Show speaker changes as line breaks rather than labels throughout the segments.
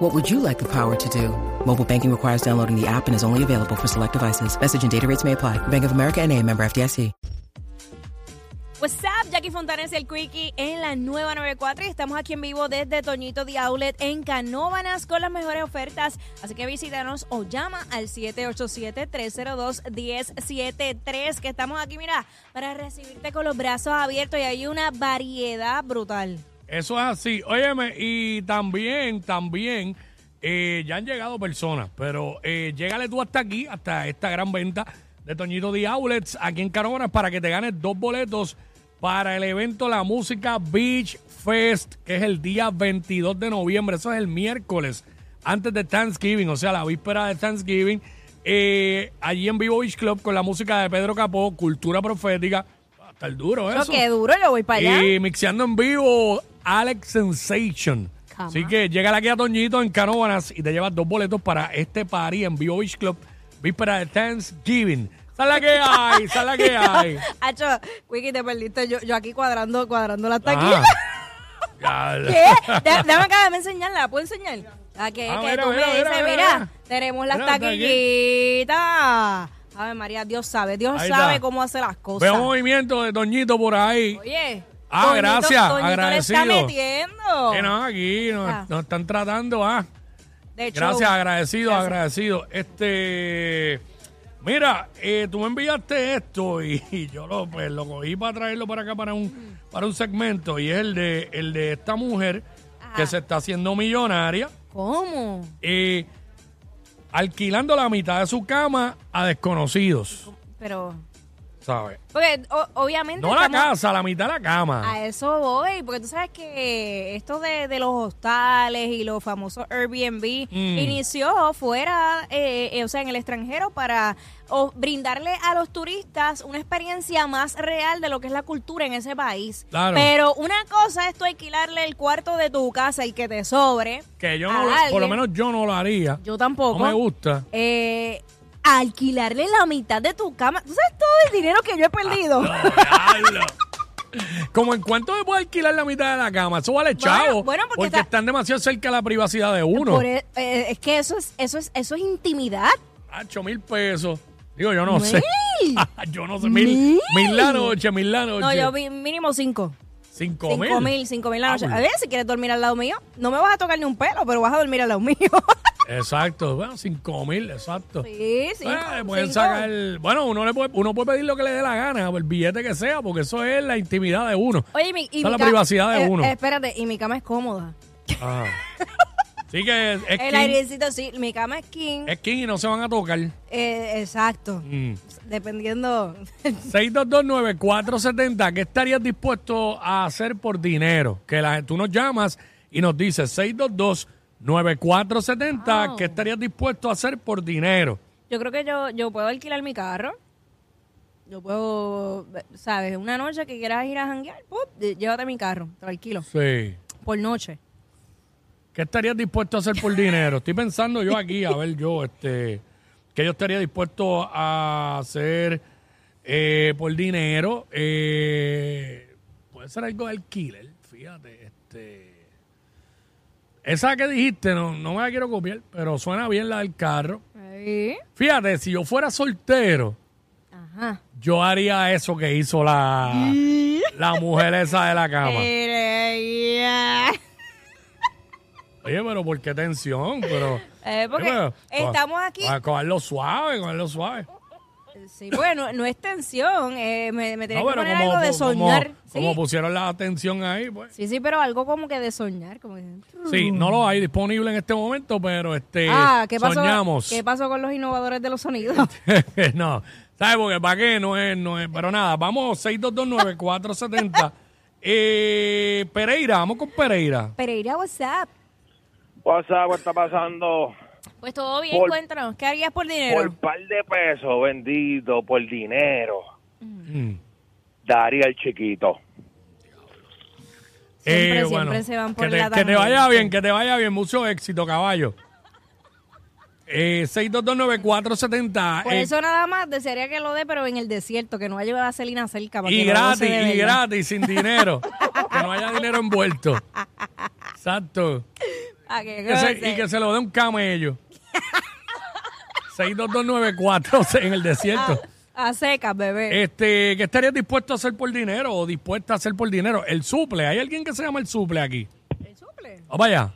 What would you like the power to do? Mobile banking requires downloading the app and is only available for select devices. Message and data rates may apply. Bank of America and a member FDIC.
What's up, Jackie Fontanes, el Quickie en la nueva 94 y estamos aquí en vivo desde Toñito de Outlet en Canóvanas con las mejores ofertas. Así que visítanos o llama al 787-302-1073 que estamos aquí, mira, para recibirte con los brazos abiertos y hay una variedad brutal.
Eso es así. Óyeme, y también, también, eh, ya han llegado personas, pero eh, llégale tú hasta aquí, hasta esta gran venta de Toñito de Outlets aquí en Caronas para que te ganes dos boletos para el evento La Música Beach Fest, que es el día 22 de noviembre. Eso es el miércoles, antes de Thanksgiving, o sea, la víspera de Thanksgiving. Eh, allí en Vivo Beach Club con la música de Pedro Capó, Cultura Profética. Va a estar duro eso.
Yo qué duro, yo voy para allá.
Y mixeando en vivo, Alex Sensation.
Cama.
Así que llega aquí a Toñito en Canóvanas y te llevas dos boletos para este party en Vivo Beach Club, víspera de Thanksgiving. Esa es la que hay, esa es la que hay.
Hacho, Wiki, te perdiste. Yo, yo aquí cuadrando, cuadrando la taquilla.
Ajá. Ya,
¿Qué? Da- Dame acá, dame enseñarla, ¿puedo enseñar? Ah, que,
Ah,
que
mira,
tú me
mira, mira,
dices, mira,
mira, mira.
tenemos las
Mira, está aquí.
taquillitas. A ver, María, Dios sabe, Dios
Ahí
sabe
está.
cómo hace las cosas.
Veo movimiento de Toñito por ahí.
Oye.
Ah,
Toñito-
gracias,
Toñito le está
agradecido.
metiendo.
Que no, aquí nos,
Ah.
nos están tratando, ah.
De hecho,
Gracias, agradecido, agradecido. Este, mira, eh, tú me enviaste esto y, y yo lo, pues, lo cogí para traerlo para acá para un, para un segmento y es el de, el de esta mujer que se está haciendo millonaria
¿Cómo?
eh, alquilando la mitad de su cama a desconocidos,
Pero,
¿sabes?
porque o- obviamente
No la
estamos-
casa, la mitad de la cama.
a eso voy, porque tú sabes que esto de, de los hostales y los famosos Airbnb
Mm.
inició fuera, eh, eh, o sea, en el extranjero para o- brindarle a los turistas una experiencia más real de lo que es la cultura en ese país.
Claro.
Pero una cosa es tú alquilarle el cuarto de tu casa, el que te sobre.
Que yo
a
no, lo- por lo
alguien.
menos yo no lo haría.
Yo tampoco.
No me gusta.
Eh, alquilarle la mitad de tu cama. ¿Tú sabes todo el dinero que yo he perdido?
Ah, Diablo. Como en cuánto me puede alquilar la mitad de la cama, eso vale chavo.
bueno, porque
porque
está-
están demasiado cerca de la privacidad de uno.
Por e- eh, es que eso es, eso es, eso es intimidad.
Ocho mil pesos. Digo, yo no sé.
¡Mil!
yo no sé. Mil, mil la noche, mil la noche.
No, yo vi mínimo cinco.
Cinco mil. Ah, pues,
Cinco mil, cinco mil la noche.
Diablo.
A ver, si quieres dormir al lado mío, no me vas a tocar ni un pelo, pero vas a dormir al lado mío.
Exacto, bueno, cinco mil, exacto.
¿Eh? sí, sí.
Ah, le pueden sacar- bueno, uno, le puede, uno puede pedir lo que le dé la gana, el billete que sea, porque eso es la intimidad de uno.
Oye, y mi, y mi
Esa es la
ca-
privacidad de
eh,
uno.
espérate, y mi cama es cómoda.
Ah. Así que es, es
El
king,
airecito, sí, mi cama es king.
es king y no se van a tocar.
Eh, exacto.
Mm.
Dependiendo.
6229470, ¿qué estarías dispuesto a hacer por dinero? Que la, tú nos llamas y nos dices 6229470,
Wow.
¿qué estarías dispuesto a hacer por dinero?
Yo creo que yo, yo puedo alquilar mi carro. Yo puedo, ¿sabes? Una noche que quieras ir a janguear, ¡pup! llévate mi carro, tranquilo,
Sí.
por noche.
¿Qué estarías dispuesto a hacer por dinero? Estoy pensando yo aquí, a ver yo, este, que yo estaría dispuesto a hacer eh, por dinero. Eh, puede ser algo de alquiler, fíjate, este. Esa que dijiste, no, no me la quiero copiar, pero suena bien la del carro.
Ahí.
Fíjate, si yo fuera soltero,
Ajá.
yo haría eso que hizo la, la mujer esa de la cama.
Eh. Mire, ya.
Oye, pero ¿por qué tensión? Pero,
Eh, porque
Oye, pero,
estamos
co-
aquí-
co- Cogerlo suave, cogerlo suave.
Sí, bueno, no es tensión. eh, me me tenía
No,
que
pero
poner algo de
como-
soñar. sí.
como pusieron la atención ahí, pues.
sí, sí, pero algo como que de soñar. Como que-
Sí, no lo hay disponible en este momento, pero este
Mm. ah, ¿qué pasó?
soñamos.
¿Qué pasó con los innovadores de los sonidos?
no, ¿sabes? Porque para qué no es, no es. Pero nada, vamos 6229470. eh, Pereira, vamos con Pereira.
Pereira, WhatsApp.
pasa ¿Qué está pasando?
Pues todo bien,
Por-
cuéntanos. ¿Qué harías por dinero?
Por par de pesos, bendito, por dinero. daría el chiquito.
Siempre, siempre se van por
Eh, que, te,
la
que te
tangente.
vaya bien, que te vaya bien. Mucho éxito, caballo. Eh, 6229470.
Por
eh,
eso nada más desearía que lo dé, pero en el desierto, que no haya vaselina cerca. Para
y
que lo goce
gratis,
de
y
verdad.
gratis, sin dinero. que no haya dinero envuelto. Exacto.
Pa' Ah, que
Que se-
goce.
y que se lo dé un camello. 62294 en el desierto.
A secas, bebé.
Este, ¿qué estarías dispuesto a hacer por dinero o dispuesta a hacer por dinero? El suple, ¿hay alguien que se llama el suple aquí?
¿El suple?
Vamos allá.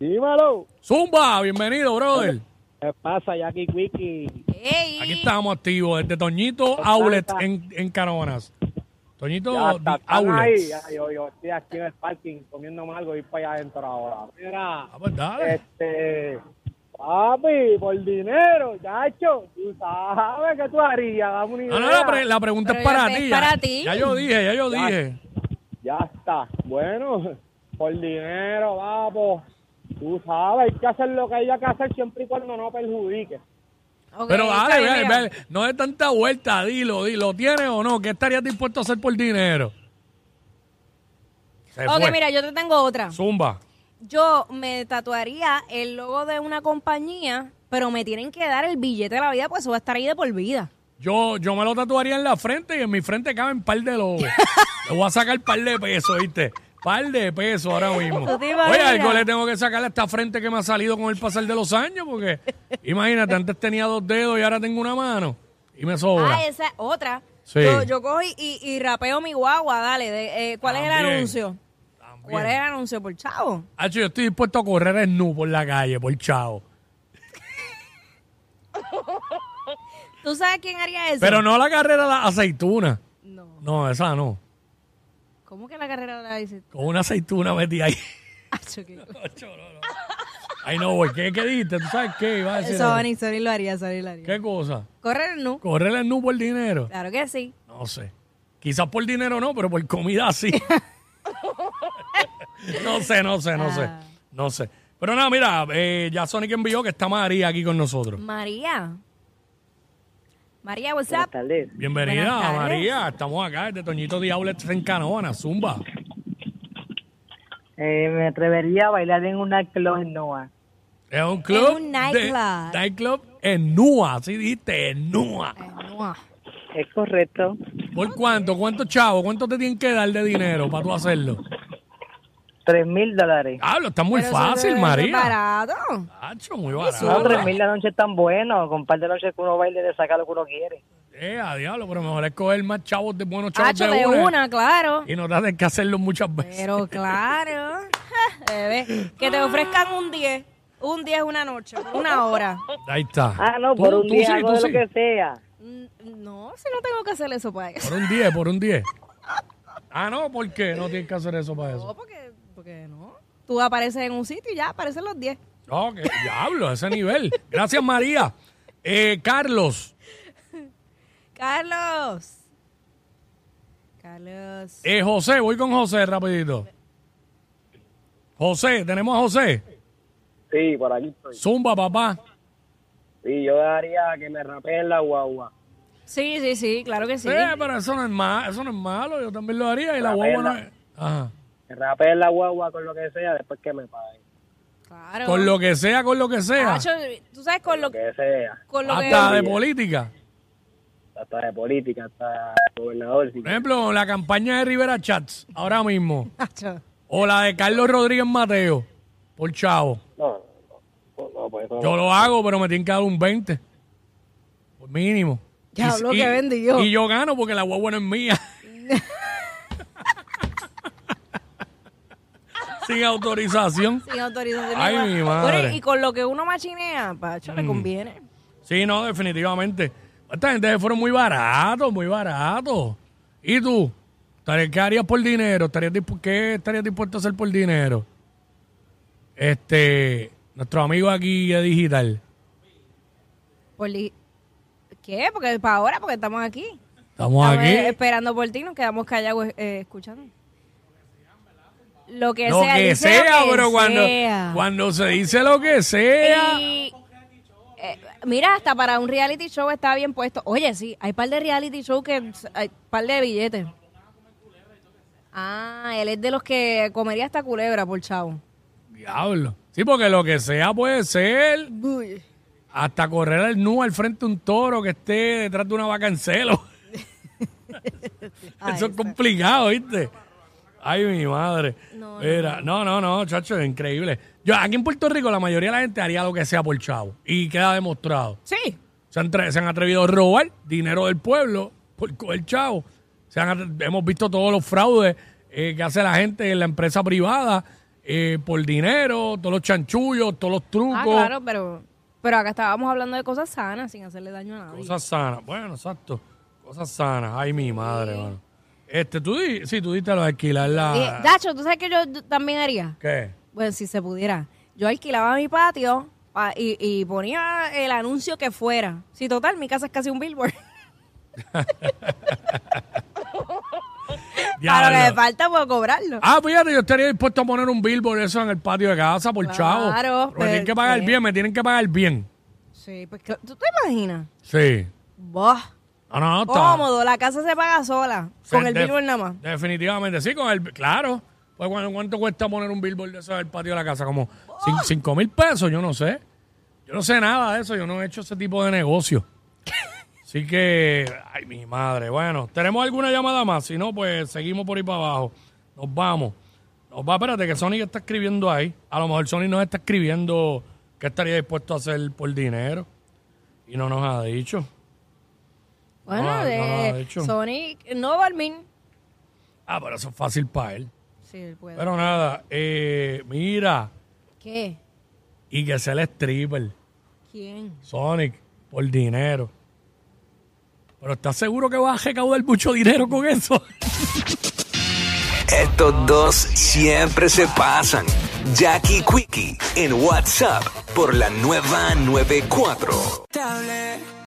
Dímelo.
Zumba, bienvenido, brother.
¿Qué pasa, Jackie Quickie?
Ey.
Aquí estamos activos, desde Toñito Outlet en, en Caronas. Toñito
Ya
di-
está, están ahí.
Outlet.
Ay, yo, yo estoy aquí en el parking comiéndome algo y ir para allá adentro ahora. Mira,
Ah, pues dale.
este, papi, por dinero, chacho, tú sabes que tú harías, dame una idea.
No, no, la, pre- la pregunta
Pero
es para
es
ti.
para
ya,
ti.
ya yo dije, ya yo
Ya.
dije.
Ya está, bueno, por dinero, vamos. Tú sabes, hay que hacer lo que haya que hacer siempre y cuando no perjudique.
Ok,
Pero
está
dale,
bien,
ve-
mira.
ve, no es tanta vuelta, dilo, dilo. ¿Tienes o no? ¿Qué estarías dispuesto a hacer por dinero? Se
Ok,
fue.
mira, yo te tengo otra.
Zumba.
Yo me tatuaría el logo de una compañía, pero me tienen que dar el billete de la vida, pues eso va a estar ahí de por vida.
Yo, yo me lo tatuaría en la frente y en mi frente caben par de lobos. le voy a sacar par de pesos, ¿viste? Par de pesos ahora mismo.
¿Tú te
Oye,
imaginas?
algo le tengo que sacar a esta frente que me ha salido con el pasar de los años, porque imagínate, antes tenía dos dedos y ahora tengo una mano y me sobra.
Ah, esa es otra.
Sí.
Yo, yo cojo y, y- y rapeo mi guagua, dale. de- eh, ¿Cuál es el
También.
anuncio?
También.
¿Cuál es el anuncio? Por chavo.
Hacho, yo estoy dispuesto a correr en nu por la calle, por chao.
¿Tú sabes quién haría eso?
Pero no la carrera a la aceituna.
No.
No, esa no.
¿Cómo que la carrera la dice?
Con una aceituna metí ahí.
Acho, qué-
Ay, no, güey. ¿Qué, qué dijiste? ¿Tú sabes qué? Iba a decir
Eso,
algo.
Bonnie, Sony lo haría, Sony lo haría.
¿Qué cosa?
Correr no.
¿Correr en nu por dinero?
Claro que sí.
No sé. Quizás por dinero no, pero por comida sí. no sé, no sé, no sé.
Ah.
No sé. Pero nada, mira, eh, ya Sonic envió que está María aquí con nosotros.
Mm, María. María, what's up? Buenas
Bienvenida,
tardes.
María. Estamos acá desde Toñito Diablo en Canona, Zumba.
Eh, me atrevería a bailar en una club en Noah.
Es un club.
Es un nightclub.
de- nightclub en Nua, así dijiste, en Nua.
Ay, no.
Es correcto.
¿Por cuánto? ¿Cuánto chavo? ¿Cuánto te tienen que dar de dinero para tú hacerlo?
Tres mil dólares.
Hablo, está muy
Pero eso
fácil,
es
María.
barato.
Tacho, muy
No,
barato.
tres mil la noche es tan bueno. Con par de noches que uno baile de sacar lo que uno quiere.
Eh, a diablo, pero mejor es coger más chavos de buenos chavos
Hacho de una, claro.
Y no tienes que hacerlo muchas veces.
Pero claro. Bebé, que te ofrezcan un 10. Un 10 una noche, por una hora.
Ahí está.
Ah, no,
Tú-
por un
tú
día
sí,
hago
tú
de
sí.
lo que sea.
Mm, No, si no tengo que hacer eso pues. para eso.
Por un 10, por un 10. Ah, no, ¿por qué? No tienes que hacer eso para eso.
No, porque, porque no. Tú apareces en un sitio y ya aparecen los 10.
No, que diablo, a ese nivel. Gracias, María. Eh, Carlos,
Carlos. Carlos.
eh, José, voy con José rapidito. José, tenemos a José.
Sí, por aquí estoy.
Zumba, papá.
Sí, yo daría que me rapeen la guagua.
Sí, sí, sí, claro que sí.
Sí, Eh, pero eso no es malo, eso no es malo, yo también lo haría y la
La
guagua no
pela.
es- Ajá.
Me rapeen la guagua con lo que sea después que me paguen.
Claro.
Con lo que sea, con lo que sea.
Hacho, tú sabes con lo,
Lo que sea.
con lo que...
Hasta de política.
hasta de política, hasta gobernador. si
Por ejemplo, la campaña de Rivera Chats, ahora mismo.
Hacho.
O la de Carlos Rodríguez Mateo, por chavo.
No, no, no, pues eso
Yo lo hago, pero me tienen que dar un 20. Por mínimo.
Ya
Y-
habló
y-
que vendió.
Y yo gano porque la guagua no es mía. Sin autorización.
Sin autorización.
Ay,
Bueno,
mi madre. Mm.
Y con lo que uno machinea, Pacho, le conviene.
Sí, no, definitivamente. Esta gente se fueron muy baratos, muy baratos. ¿Y tú? ¿Estarías- ¿Qué harías por dinero? ¿Estarías dispu- ¿Qué estarías dispuesto a hacer por dinero? Este, nuestro amigo aquí de digital.
Por li- ¿Qué? Porque para ahora, porque estamos aquí.
Estamos
Estamos eh,
aquí.
esperando por ti, nos quedamos callados eh, escuchando. Lo que
lo
sea,
que
dice
sea,
lo que
pero cuando,
sea.
cuando se dice lo que sea,
Y- eh, mira, hasta para un reality show está bien puesto. Oye, sí, hay par de reality show que hay par de billetes. Ah, él es de los que comería hasta culebra por chavo.
Diablo. Sí, porque lo que sea puede ser hasta correr el nu al frente de un toro que esté detrás de una vaca en celo. Eso es complicado, ¿viste? Ay, mi madre.
No, no,
Mira, no, no, no, chacho, es increíble. Yo, aquí en Puerto Rico la mayoría de la gente haría lo que sea por chavo y queda demostrado.
Sí.
Se han, tre- se han atrevido a robar dinero del pueblo por coger chavo. Se han atre- hemos visto todos los fraudes eh, que hace la gente en la empresa privada eh, por dinero, todos los chanchullos, todos los trucos.
Ah, claro, pero, pero acá estábamos hablando de cosas sanas sin hacerle daño a nadie.
Cosas sanas. Bueno, exacto. Cosas sanas. Ay, mi madre, mano. Este, tú di, sí, tú diste lo de alquilar
Eh,
la...
Dacho, ¿tú sabes que yo también haría?
¿Qué?
Bueno, si se pudiera. Yo alquilaba mi patio pa- y, y ponía el anuncio que fuera. Sí, total, mi casa es casi un billboard. Para lo que me
Diablo.
falta puedo cobrarlo.
Ah, fíjate, yo estaría dispuesto a poner un billboard eso en el patio de casa por
Claro, pues,
chavo. Pero
pero
me tienen que pagar
¿qué?
bien, me tienen que pagar bien.
Sí, pues cl- tú te imaginas.
Sí. Ah,
Bah,
No, no, no, está-
cómodo, la casa se paga sola.
Sí,
Con el
def-
billboard nada más.
Definitivamente, sí, con el... Claro. Pues, ¿cuánto, cuánto cuesta poner un billboard de eso en el patio de la casa? Como cin- cinco mil pesos, yo no sé. Yo no sé nada de eso, yo no he hecho ese tipo de negocio. Así que, ay, mi madre. Bueno, ¿tenemos alguna llamada más? Si no, pues seguimos por ahí para abajo. Nos vamos. Nos va, espérate, que Sony está escribiendo ahí. A lo mejor Sony nos está escribiendo qué estaría dispuesto a hacer por dinero. Y no nos ha dicho.
Bueno,
Ah,
de,
no, no, de hecho.
Sonic, no dormir.
Ah, pero eso es fácil para él.
Sí, él puede.
Pero nada, eh, mira,
¿Qué?
y que sea el stripper,
¿Quién?
Sonic, por dinero. Pero ¿estás seguro que vas a recaudar mucho dinero con eso?
Estos dos siempre se pasan. Jackie Quickie en WhatsApp por la nueva 94.